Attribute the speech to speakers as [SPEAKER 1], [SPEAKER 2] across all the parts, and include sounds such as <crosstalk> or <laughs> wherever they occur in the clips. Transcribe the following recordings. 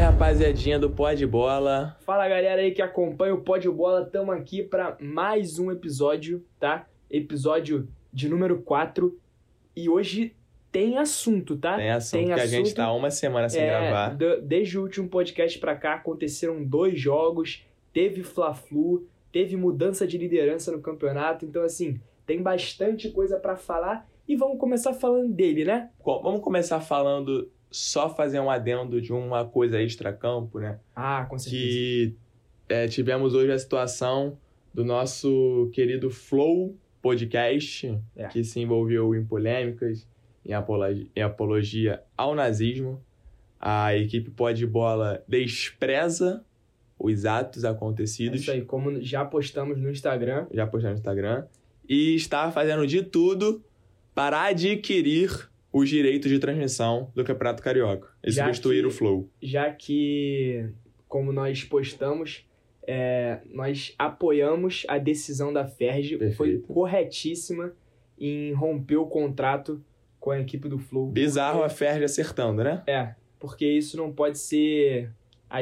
[SPEAKER 1] Rapaziadinha do Pó de Bola.
[SPEAKER 2] Fala galera aí que acompanha o Pod Bola, tamo aqui pra mais um episódio, tá? Episódio de número 4 e hoje tem assunto, tá?
[SPEAKER 1] Tem assunto
[SPEAKER 2] Tem
[SPEAKER 1] que a gente
[SPEAKER 2] assunto.
[SPEAKER 1] tá uma semana sem
[SPEAKER 2] É,
[SPEAKER 1] gravar.
[SPEAKER 2] de- desde o último podcast pra cá aconteceram dois jogos, teve Fla-Flu, teve mudança de liderança no campeonato, então assim, tem bastante coisa pra falar e vamos começar falando dele, né?
[SPEAKER 1] Co- Vamos começar falando, só fazer um adendo de uma coisa extra-campo, né?
[SPEAKER 2] Ah, com certeza.
[SPEAKER 1] Que é, tivemos hoje a situação do nosso querido Flow Podcast,
[SPEAKER 2] É.
[SPEAKER 1] que se envolveu em polêmicas, em apologia, em apologia ao nazismo. A equipe Pó de Bola despreza os atos
[SPEAKER 2] É
[SPEAKER 1] acontecidos.
[SPEAKER 2] Isso aí, como já postamos no Instagram,
[SPEAKER 1] já postei no Instagram, e está fazendo de tudo para adquirir os direitos de transmissão do Campeonato Carioca e
[SPEAKER 2] Já
[SPEAKER 1] substituir
[SPEAKER 2] que-
[SPEAKER 1] o Flow.
[SPEAKER 2] já que, como nós postamos, é, nós apoiamos a decisão da Ferg, foi
[SPEAKER 1] Perfeito.
[SPEAKER 2] corretíssima em romper o contrato com a equipe do Flow.
[SPEAKER 1] Bizarro a Ferdi acertando, né?
[SPEAKER 2] É, porque isso não pode ser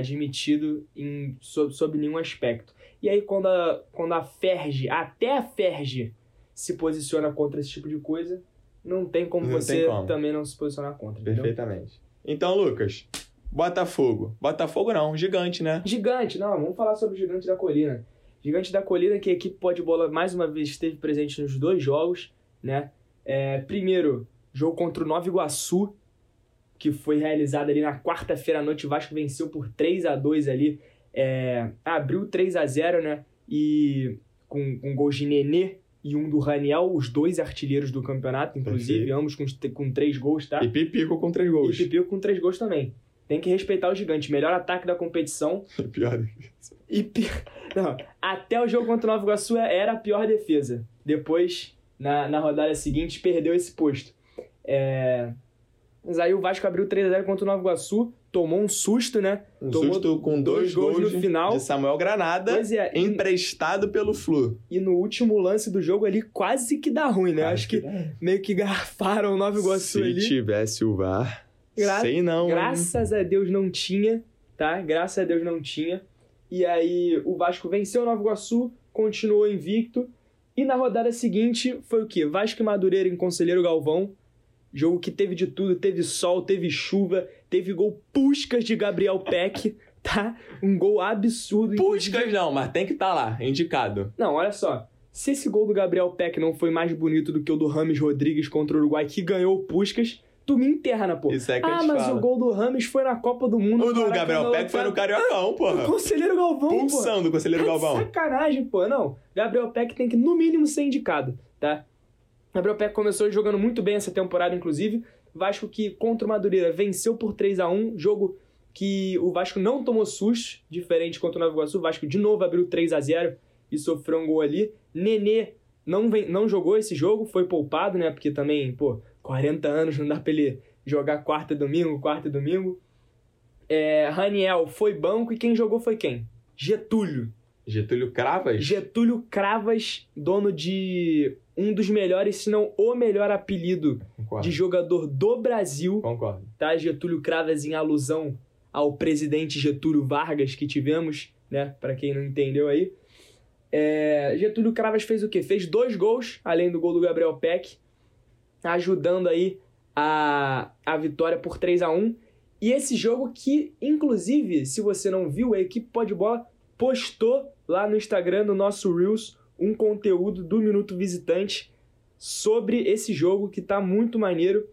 [SPEAKER 2] admitido em, sob, sob nenhum aspecto. E aí, quando a, quando a Ferge, até a Ferge, se posiciona contra esse tipo de coisa, não tem como
[SPEAKER 1] Não
[SPEAKER 2] você
[SPEAKER 1] tem como.
[SPEAKER 2] também não se posicionar contra. entendeu?
[SPEAKER 1] Perfeitamente. Então, Lucas, Botafogo. Botafogo não, gigante, né?
[SPEAKER 2] Gigante, não, vamos falar sobre o Gigante da Colina. Gigante da Colina, que a equipe pode bola mais uma vez esteve presente nos dois jogos, né? É, primeiro, jogo contra o Nova Iguaçu, que foi realizado ali na quarta-feira à noite. O Vasco venceu por 3 a 2 ali. É, abriu 3 a 0 né? E com, com gols de Nenê e um do Raniel, os dois artilheiros do campeonato, inclusive,
[SPEAKER 1] Perfeito.
[SPEAKER 2] ambos com, os tre- com três gols, tá?
[SPEAKER 1] E Pipico com três gols.
[SPEAKER 2] E Pipiu com três gols também. Tem que respeitar o gigante. Melhor ataque da competição.
[SPEAKER 1] <laughs> Pior.
[SPEAKER 2] E pi- <laughs> Não, até o jogo contra o Nova Iguaçu era a pior defesa. Depois, na, na rodada seguinte, perdeu esse posto. É... Mas aí o Vasco abriu 3x0 contra o Nova Iguaçu, tomou um susto, né?
[SPEAKER 1] Um
[SPEAKER 2] Tomou
[SPEAKER 1] susto com dois,
[SPEAKER 2] dois gols no
[SPEAKER 1] de-
[SPEAKER 2] final.
[SPEAKER 1] de Samuel Granada,
[SPEAKER 2] Pois é, e,
[SPEAKER 1] emprestado pelo Flu.
[SPEAKER 2] e no último lance do jogo ali quase que dá ruim, né? Acho que meio que <laughs> garfaram o Nova Iguaçu
[SPEAKER 1] Se
[SPEAKER 2] ali.
[SPEAKER 1] tivesse o VAR,
[SPEAKER 2] Gra-
[SPEAKER 1] sei não. hein?
[SPEAKER 2] Graças a Deus não tinha, tá? Graças a Deus não tinha. E aí o Vasco venceu o Nova Iguaçu, continuou invicto. E na rodada seguinte foi o quê? Vasco e Madureira em Conselheiro Galvão. Jogo que teve de tudo, teve sol, teve chuva, teve gol puscas de Gabriel Peck, <laughs> tá? Um gol absurdo.
[SPEAKER 1] Puscas não, mas tem que estar lá, indicado.
[SPEAKER 2] Não, olha só. Se esse gol do Gabriel Peck não foi mais bonito do que o do Rames Rodrigues contra o Uruguai, que ganhou o Puscas, tu me enterra na porra.
[SPEAKER 1] Isso é que a
[SPEAKER 2] Ah,
[SPEAKER 1] gente
[SPEAKER 2] mas
[SPEAKER 1] fala.
[SPEAKER 2] o gol do Rames foi na Copa do Mundo.
[SPEAKER 1] O do
[SPEAKER 2] Maracanã
[SPEAKER 1] Gabriel Peck foi no
[SPEAKER 2] lotado.
[SPEAKER 1] Cariocão,
[SPEAKER 2] O
[SPEAKER 1] porra.
[SPEAKER 2] Conselheiro Galvão, pô.
[SPEAKER 1] Pulsão do Conselheiro
[SPEAKER 2] Tá de
[SPEAKER 1] Galvão.
[SPEAKER 2] Sacanagem, pô. Não, Gabriel Peck tem que, no mínimo, ser indicado, tá? Gabriel Peck começou jogando muito bem essa temporada, inclusive. Vasco que, contra o Madureira, venceu por 3 a 1 Jogo que o Vasco não tomou susto, diferente contra o Nova Iguaçu. O Vasco, de novo, abriu 3 a 0 e sofreu um gol ali. Nenê não, vem, não jogou esse jogo, foi poupado, né? Porque também, pô, 40 anos, não dá pra ele jogar quarta e domingo, quarta e domingo. É, Raniel foi banco e quem jogou foi quem? Getúlio.
[SPEAKER 1] Getúlio Cravas?
[SPEAKER 2] Getúlio Cravas, dono de um dos melhores, se não o melhor apelido
[SPEAKER 1] Concordo.
[SPEAKER 2] de jogador do Brasil,
[SPEAKER 1] Concordo.
[SPEAKER 2] tá? Getúlio Cravas em alusão ao presidente Getúlio Vargas que tivemos, né? Pra quem não entendeu aí. É, Getúlio Cravas fez o quê? Fez dois gols, além do gol do Gabriel Peck, ajudando aí a, a vitória por 3 a 1 E esse jogo que, inclusive, se você não viu, a equipe Pode Bola postou lá no Instagram, no nosso Reels, um conteúdo do Minuto Visitante sobre esse jogo que tá muito maneiro.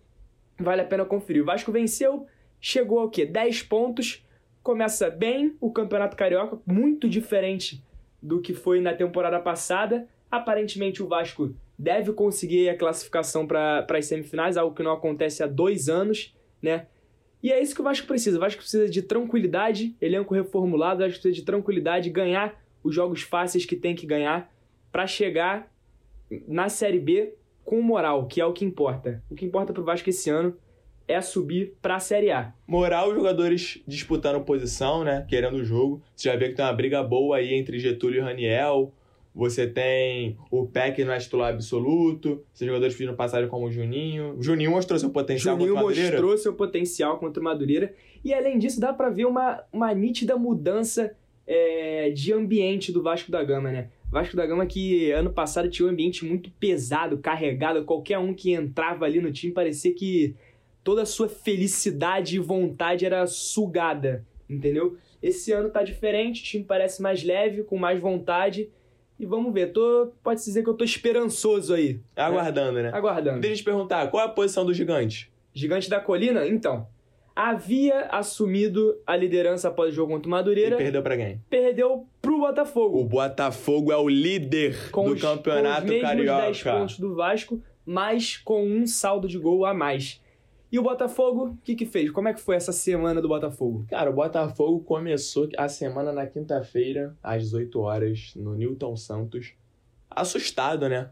[SPEAKER 2] Vale a pena conferir. O Vasco venceu, chegou ao quê? 10 pontos. Começa bem o Campeonato Carioca, muito diferente do que foi na temporada passada. Aparentemente o Vasco deve conseguir a classificação para as semifinais, algo que não acontece há dois anos, né? E é isso que o Vasco precisa. O Vasco precisa de tranquilidade, elenco reformulado, o Vasco precisa de tranquilidade, ganhar os jogos fáceis que tem que ganhar para chegar na Série B com moral, que é o que importa. O que importa pro Vasco esse ano é subir pra Série A.
[SPEAKER 1] Moral, os jogadores disputando posição, né? Querendo o jogo. Você já vê que tem uma briga boa aí entre Getúlio e Raniel. Você tem o Peck não é titular absoluto. Esses jogadores pedindo passagem como o Juninho. O Juninho mostrou seu potencial
[SPEAKER 2] Juninho
[SPEAKER 1] contra o Madureira.
[SPEAKER 2] mostrou seu potencial contra o Madureira. E além disso, dá pra ver uma, uma nítida mudança é, de ambiente do Vasco da Gama, né? Vasco da Gama que ano passado tinha um ambiente muito pesado, carregado. Qualquer um que entrava ali no time parecia que toda a sua felicidade e vontade era sugada, entendeu? Esse ano tá diferente, o time parece mais leve, com mais vontade. E vamos ver, tô, pode dizer que eu tô esperançoso aí,
[SPEAKER 1] Aguardando, né?
[SPEAKER 2] aguardando.
[SPEAKER 1] Deixa eu te perguntar, qual é a posição do gigante?
[SPEAKER 2] Gigante da Colina, então, havia assumido a liderança após o jogo contra o
[SPEAKER 1] E
[SPEAKER 2] Madureira,
[SPEAKER 1] perdeu pra quem?
[SPEAKER 2] perdeu pro Botafogo.
[SPEAKER 1] O Botafogo é o líder do
[SPEAKER 2] os-
[SPEAKER 1] campeonato
[SPEAKER 2] com os mesmos 10
[SPEAKER 1] carioca.
[SPEAKER 2] pontos do Vasco, mas com um saldo de gol a mais. E o Botafogo, o que que fez? Como é que foi essa semana do Botafogo?
[SPEAKER 1] Cara, o Botafogo começou a semana na quinta-feira, às 18 horas, no Newton Santos. Assustado, né?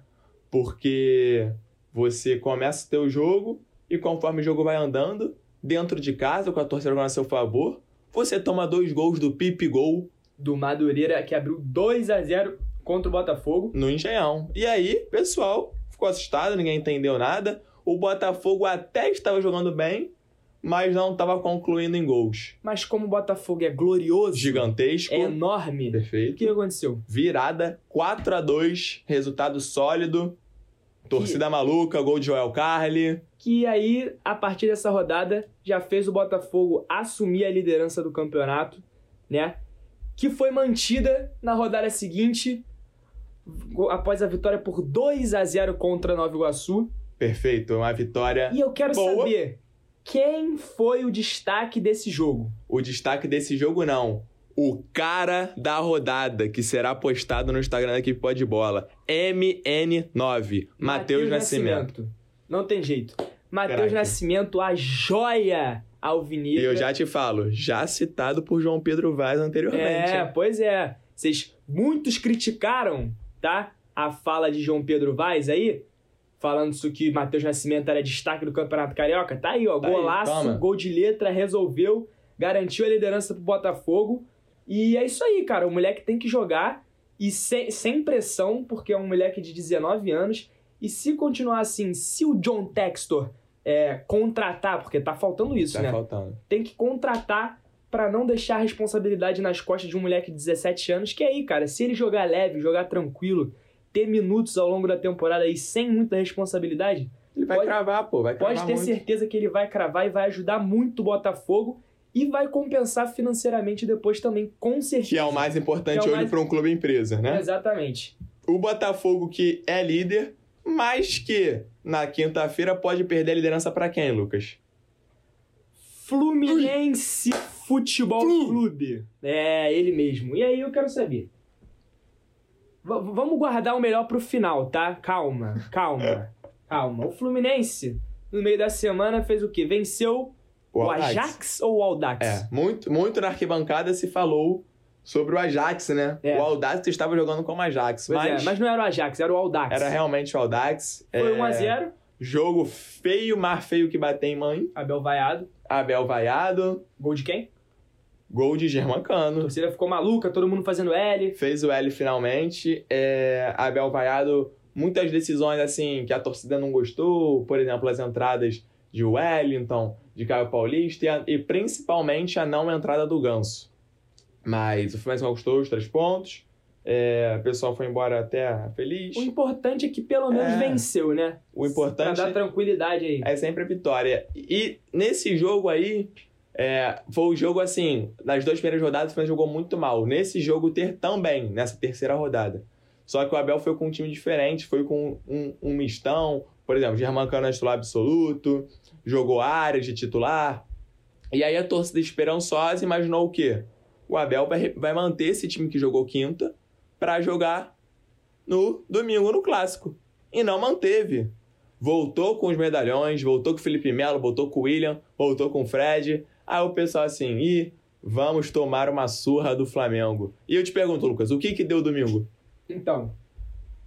[SPEAKER 1] Porque você começa o teu jogo e conforme o jogo vai andando, dentro de casa, com a torcida jogando a seu favor, você toma dois gols do Pipe Gol
[SPEAKER 2] Do Madureira, que abriu 2 a 0 contra o Botafogo.
[SPEAKER 1] no Engenhão. E aí, pessoal, ficou assustado, ninguém entendeu nada. O Botafogo até estava jogando bem, mas não estava concluindo em gols.
[SPEAKER 2] Mas como o Botafogo é glorioso,
[SPEAKER 1] Gigantesco.
[SPEAKER 2] é enorme, o
[SPEAKER 1] Perfeito.
[SPEAKER 2] que aconteceu?
[SPEAKER 1] Virada 4 a 2 resultado sólido. Torcida maluca, gol de Joel Carli.
[SPEAKER 2] que aí, a partir dessa rodada, já fez o Botafogo assumir a liderança do campeonato, né? Que foi mantida na rodada seguinte, go- após a vitória por 2 a 0 contra Nova Iguaçu.
[SPEAKER 1] Perfeito, uma vitória.
[SPEAKER 2] E eu quero
[SPEAKER 1] Boa.
[SPEAKER 2] saber quem foi o destaque desse jogo.
[SPEAKER 1] O destaque desse jogo não. O cara da rodada, que será postado no Instagram da equipe Pode Bola. MN9, Matheus Nascimento.
[SPEAKER 2] Não tem jeito. Matheus
[SPEAKER 1] Craque.
[SPEAKER 2] Nascimento, a joia
[SPEAKER 1] E
[SPEAKER 2] alvinista.
[SPEAKER 1] eu já te falo, já citado por João Pedro Vaz anteriormente. né?
[SPEAKER 2] É, pois é. Vocês muitos criticaram, tá? A fala de João Pedro Vaz aí, falando isso que Matheus Nascimento era destaque do Campeonato Carioca. Tá aí, ó,
[SPEAKER 1] Tá aí,
[SPEAKER 2] golaço,
[SPEAKER 1] toma.
[SPEAKER 2] gol de letra, resolveu, garantiu a liderança pro Botafogo. E é isso aí, cara. O moleque tem que jogar e sem, sem pressão, porque é um moleque de 19 anos. E se continuar assim, se o John Textor é, contratar, porque tá faltando isso,
[SPEAKER 1] Tá
[SPEAKER 2] né?
[SPEAKER 1] faltando.
[SPEAKER 2] tem que contratar pra não deixar a responsabilidade nas costas de um moleque de 17 anos, que é aí, cara, se ele jogar leve, jogar tranquilo, ter minutos ao longo da temporada aí sem muita responsabilidade,
[SPEAKER 1] Ele vai
[SPEAKER 2] Pode-
[SPEAKER 1] cravar, pô. Vai cravar
[SPEAKER 2] pode ter
[SPEAKER 1] muito.
[SPEAKER 2] certeza que ele vai cravar e vai ajudar muito o Botafogo e vai compensar financeiramente depois também, com certeza.
[SPEAKER 1] Que é o mais importante
[SPEAKER 2] Que é o
[SPEAKER 1] hoje
[SPEAKER 2] mais-
[SPEAKER 1] para um clube empresa, né?
[SPEAKER 2] Exatamente.
[SPEAKER 1] O Botafogo que é líder, mas que na quinta-feira pode perder a liderança para quem, Lucas?
[SPEAKER 2] Fluminense Futebol
[SPEAKER 1] Flu.
[SPEAKER 2] Clube. É, ele mesmo. E aí eu quero saber. V- vamos guardar o melhor pro final, tá? Calma, calma, calma. O Fluminense, no meio da semana, fez o quê? Venceu o, Ajax. ou o Aldax?
[SPEAKER 1] É, muito, muito na arquibancada se falou sobre o Ajax, né?
[SPEAKER 2] É.
[SPEAKER 1] O Aldax estava jogando como Ajax,
[SPEAKER 2] Pois é,
[SPEAKER 1] mas,
[SPEAKER 2] mas... não era o Ajax, era o Aldax.
[SPEAKER 1] era realmente o Aldax.
[SPEAKER 2] Foi
[SPEAKER 1] É,
[SPEAKER 2] 1x0,
[SPEAKER 1] Jogo feio, mar feio que bateu em mãe.
[SPEAKER 2] Abel vaiado.
[SPEAKER 1] Abel vaiado,
[SPEAKER 2] Gol de quem?
[SPEAKER 1] gol de
[SPEAKER 2] A
[SPEAKER 1] Germancano.
[SPEAKER 2] torcida ficou maluca, todo mundo fazendo L.
[SPEAKER 1] Fez o L finalmente. É, Abel Vaiado, muitas decisões assim que a torcida não gostou, por exemplo, as entradas de Wellington, de Caio Paulista e, a- e principalmente a não entrada do Ganso. Mas o Fluminense conquistou os três pontos. É, o pessoal foi embora até feliz.
[SPEAKER 2] O importante é que pelo menos
[SPEAKER 1] É.
[SPEAKER 2] venceu, né?
[SPEAKER 1] O importante
[SPEAKER 2] Pra dar tranquilidade aí.
[SPEAKER 1] é sempre a vitória. E nesse jogo aí, é, foi o jogo assim, nas duas primeiras rodadas o Fluminense jogou muito mal. Nesse jogo ter também, nessa terceira rodada. Só que o Abel foi com um time diferente, foi com um, um mistão. Por exemplo, Germán Cano é titular absoluto, jogou área de titular. E aí a torcida esperançosa imaginou o quê? O Abel vai, vai manter esse time que jogou quinta pra jogar no domingo, no clássico. E não manteve voltou com os medalhões, voltou com o Felipe Melo, voltou com o William, voltou com o Fred. Aí o pessoal assim, ih, vamos tomar uma surra do Flamengo. E eu te pergunto, Lucas, o que que deu domingo?
[SPEAKER 2] Então,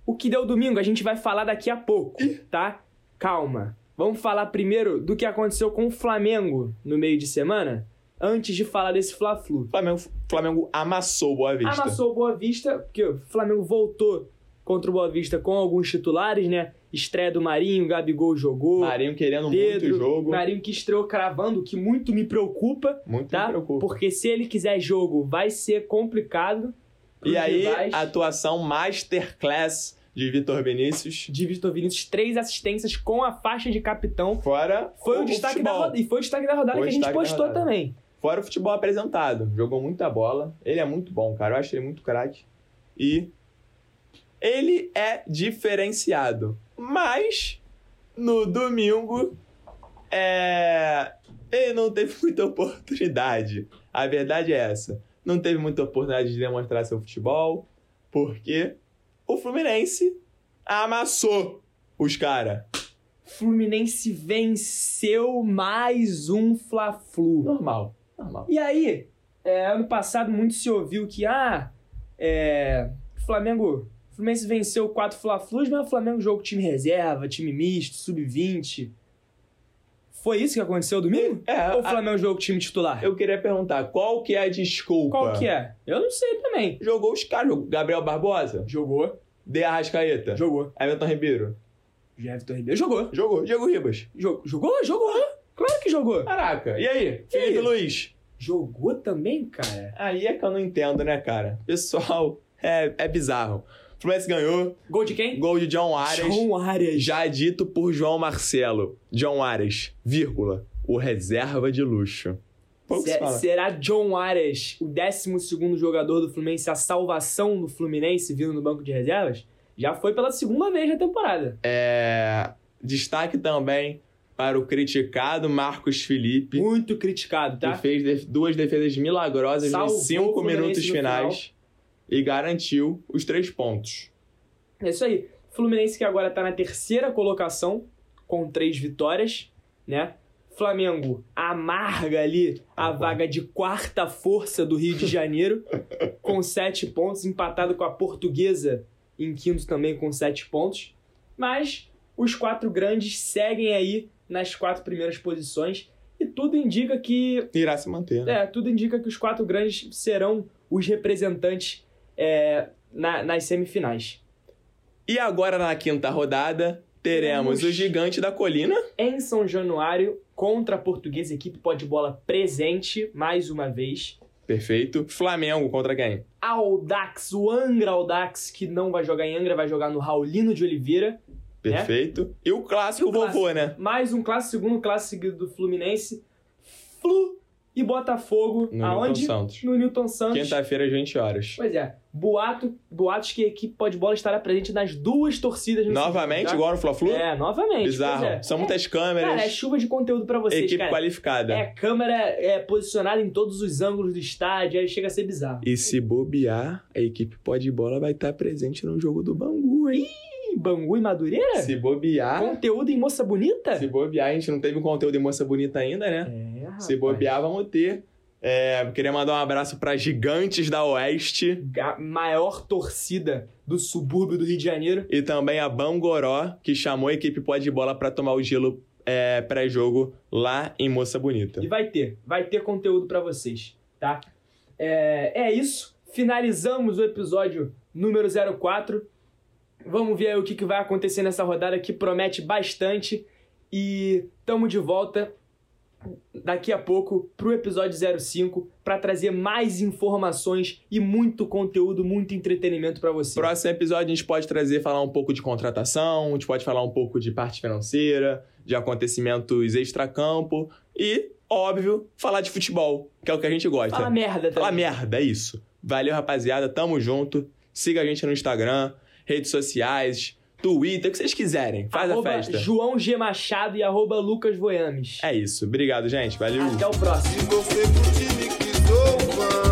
[SPEAKER 2] o que deu domingo a gente vai falar daqui a pouco, tá? Calma. Vamos falar primeiro do que aconteceu com o Flamengo no meio de semana. antes de falar desse Fla-Flu.
[SPEAKER 1] O Flamengo, Flamengo amassou o Boa Vista.
[SPEAKER 2] Amassou o Boa Vista, porque o Flamengo voltou contra o Boa Vista com alguns titulares, né? Estreia do Marinho, Gabigol jogou.
[SPEAKER 1] Marinho querendo
[SPEAKER 2] Pedro,
[SPEAKER 1] muito jogo.
[SPEAKER 2] Marinho que estreou cravando, o que muito me preocupa,
[SPEAKER 1] Muito
[SPEAKER 2] tá?
[SPEAKER 1] me preocupa.
[SPEAKER 2] Porque se ele quiser jogo, vai ser complicado. pros
[SPEAKER 1] E aí,
[SPEAKER 2] rivais.
[SPEAKER 1] a atuação masterclass de Vitor Vinícius.
[SPEAKER 2] de Vitor Vinícius, três assistências com a faixa de capitão.
[SPEAKER 1] Fora
[SPEAKER 2] Foi o, destaque da
[SPEAKER 1] futebol.
[SPEAKER 2] rodada. E foi o destaque da rodada
[SPEAKER 1] Foi o
[SPEAKER 2] que a gente
[SPEAKER 1] destaque da
[SPEAKER 2] postou
[SPEAKER 1] rodada.
[SPEAKER 2] também.
[SPEAKER 1] Fora o futebol apresentado. Jogou muita bola. Ele é muito bom, cara. Eu acho ele muito craque. E ele é diferenciado. Mas no domingo é... ele não teve <laughs> muita oportunidade. A verdade é essa. Não teve muita oportunidade de demonstrar seu futebol, porque o Fluminense amassou os caras.
[SPEAKER 2] Fluminense venceu mais um Fla-Flu.
[SPEAKER 1] Normal, normal.
[SPEAKER 2] E aí, é, ano passado muito se ouviu que, ah, é, Flamengo. Fluminense venceu quatro Fla-Flus, mas o Flamengo jogou com time reserva, time misto, sub-20. Foi isso que aconteceu domingo?
[SPEAKER 1] É,
[SPEAKER 2] Ou o
[SPEAKER 1] a-
[SPEAKER 2] Flamengo jogou com time titular?
[SPEAKER 1] eu queria perguntar, qual que é a desculpa?
[SPEAKER 2] Qual que é? Eu não sei também.
[SPEAKER 1] Jogou os caras. jogou Gabriel Barbosa,
[SPEAKER 2] Jogou,
[SPEAKER 1] De Arrascaeta,
[SPEAKER 2] jogou.
[SPEAKER 1] Everton Ribeiro.
[SPEAKER 2] Everton Ribeiro jogou.
[SPEAKER 1] Jogou. Diego Ribas.
[SPEAKER 2] Jogou, jogou? Jogou. né? Claro que jogou.
[SPEAKER 1] Caraca. E aí?
[SPEAKER 2] E aí?
[SPEAKER 1] Felipe Luiz.
[SPEAKER 2] Jogou também, cara?
[SPEAKER 1] Aí é que eu não entendo, né, cara? Pessoal, é, é bizarro. O Fluminense ganhou.
[SPEAKER 2] Gol de quem?
[SPEAKER 1] Gol de John Arias.
[SPEAKER 2] João Arias.
[SPEAKER 1] Já dito por João Marcelo. John Arias, vírgula, o reserva de luxo. Pouco se
[SPEAKER 2] Se-
[SPEAKER 1] fala.
[SPEAKER 2] será John Arias o 12 jogador do Fluminense, a salvação do Fluminense vindo no banco de reservas? Já foi pela segunda vez na temporada.
[SPEAKER 1] É, destaque também para o criticado Marcos Felipe.
[SPEAKER 2] Muito criticado,
[SPEAKER 1] Ele
[SPEAKER 2] tá?
[SPEAKER 1] fez def- duas defesas milagrosas
[SPEAKER 2] Salvou o
[SPEAKER 1] nos cinco
[SPEAKER 2] Fluminense
[SPEAKER 1] minutos
[SPEAKER 2] no
[SPEAKER 1] finais e garantiu os três pontos.
[SPEAKER 2] É isso aí. Fluminense que agora tá na terceira colocação, com três vitórias, né? Flamengo amarga ali a vaga de quarta força do Rio de Janeiro, com sete pontos, empatado com a Portuguesa em quinto também com sete pontos. Mas os quatro grandes seguem aí nas quatro primeiras posições e tudo indica que
[SPEAKER 1] E irá se manter. Né?
[SPEAKER 2] é, tudo indica que os quatro grandes serão os representantes é, na- nas semifinais.
[SPEAKER 1] E agora na quinta rodada teremos
[SPEAKER 2] Teremos-
[SPEAKER 1] o gigante da colina.
[SPEAKER 2] em São Januário contra a Portuguesa, equipe pó de bola presente mais uma vez.
[SPEAKER 1] Perfeito. Flamengo contra quem?
[SPEAKER 2] É? Aldax, o Angra Aldax, que não vai jogar em Angra, vai jogar no Raulino de Oliveira.
[SPEAKER 1] Perfeito. E o clássico
[SPEAKER 2] E o
[SPEAKER 1] vovô, né?
[SPEAKER 2] Mais um clássico, segundo clássico seguido do Fluminense. Flu e Botafogo.
[SPEAKER 1] No
[SPEAKER 2] aonde?
[SPEAKER 1] Newton Santos. tá
[SPEAKER 2] No Newton Santos.
[SPEAKER 1] Quinta-feira às 20 horas.
[SPEAKER 2] Pois é, boato, boatos que a equipe pó de bola estará presente nas duas torcidas. nesse
[SPEAKER 1] Novamente,
[SPEAKER 2] jogo,
[SPEAKER 1] igual no
[SPEAKER 2] tá?
[SPEAKER 1] Fla-Flu?
[SPEAKER 2] É, novamente. pois
[SPEAKER 1] Bizarro.
[SPEAKER 2] é.
[SPEAKER 1] São
[SPEAKER 2] É,
[SPEAKER 1] muitas
[SPEAKER 2] Cara, é
[SPEAKER 1] câmeras,
[SPEAKER 2] chuva de conteúdo pra vocês,
[SPEAKER 1] equipe
[SPEAKER 2] cara.
[SPEAKER 1] qualificada.
[SPEAKER 2] É, câmera é posicionada em todos os ângulos do estádio, aí chega a ser bizarro.
[SPEAKER 1] E se bobear, a equipe pode bola vai estar presente no jogo do Bangu, hein?
[SPEAKER 2] Ih, Bangu e Madureira?
[SPEAKER 1] Se bobear,
[SPEAKER 2] Conteúdo em moça bonita?
[SPEAKER 1] Se bobear, a gente não teve um conteúdo de moça bonita ainda, né?
[SPEAKER 2] É, rapaz.
[SPEAKER 1] Se bobear, vamos ter. É, queria mandar um abraço pra Gigantes da Oeste
[SPEAKER 2] A maior torcida do subúrbio do Rio de Janeiro.
[SPEAKER 1] e também a Bangoró, que chamou a equipe pó de bola pra tomar o gelo é, pré-jogo lá em Moça Bonita.
[SPEAKER 2] E vai ter, vai ter conteúdo pra vocês, tá? É, é isso. Finalizamos o episódio número 04. Vamos ver aí o que, que vai acontecer nessa rodada que promete bastante. E tamo de volta daqui a pouco pro episódio 05 pra trazer mais informações e muito conteúdo, muito entretenimento pra vocês.
[SPEAKER 1] Próximo episódio a gente pode trazer, falar um pouco de contratação, a gente pode falar um pouco de parte financeira, de acontecimentos extracampo e, óbvio, falar de futebol, que é o que a gente gosta.
[SPEAKER 2] Fala merda,
[SPEAKER 1] Fala
[SPEAKER 2] também.
[SPEAKER 1] merda, é isso. Valeu, rapaziada. Tamo junto. Siga a gente no Instagram, redes sociais, Twitter, o que vocês quiserem. Faz
[SPEAKER 2] arroba
[SPEAKER 1] a festa.
[SPEAKER 2] João G. Machado e arroba Lucas Voyames.
[SPEAKER 1] É isso. Obrigado, gente. Valeu.
[SPEAKER 2] Até o próximo.
[SPEAKER 3] Se você pro time que zoa,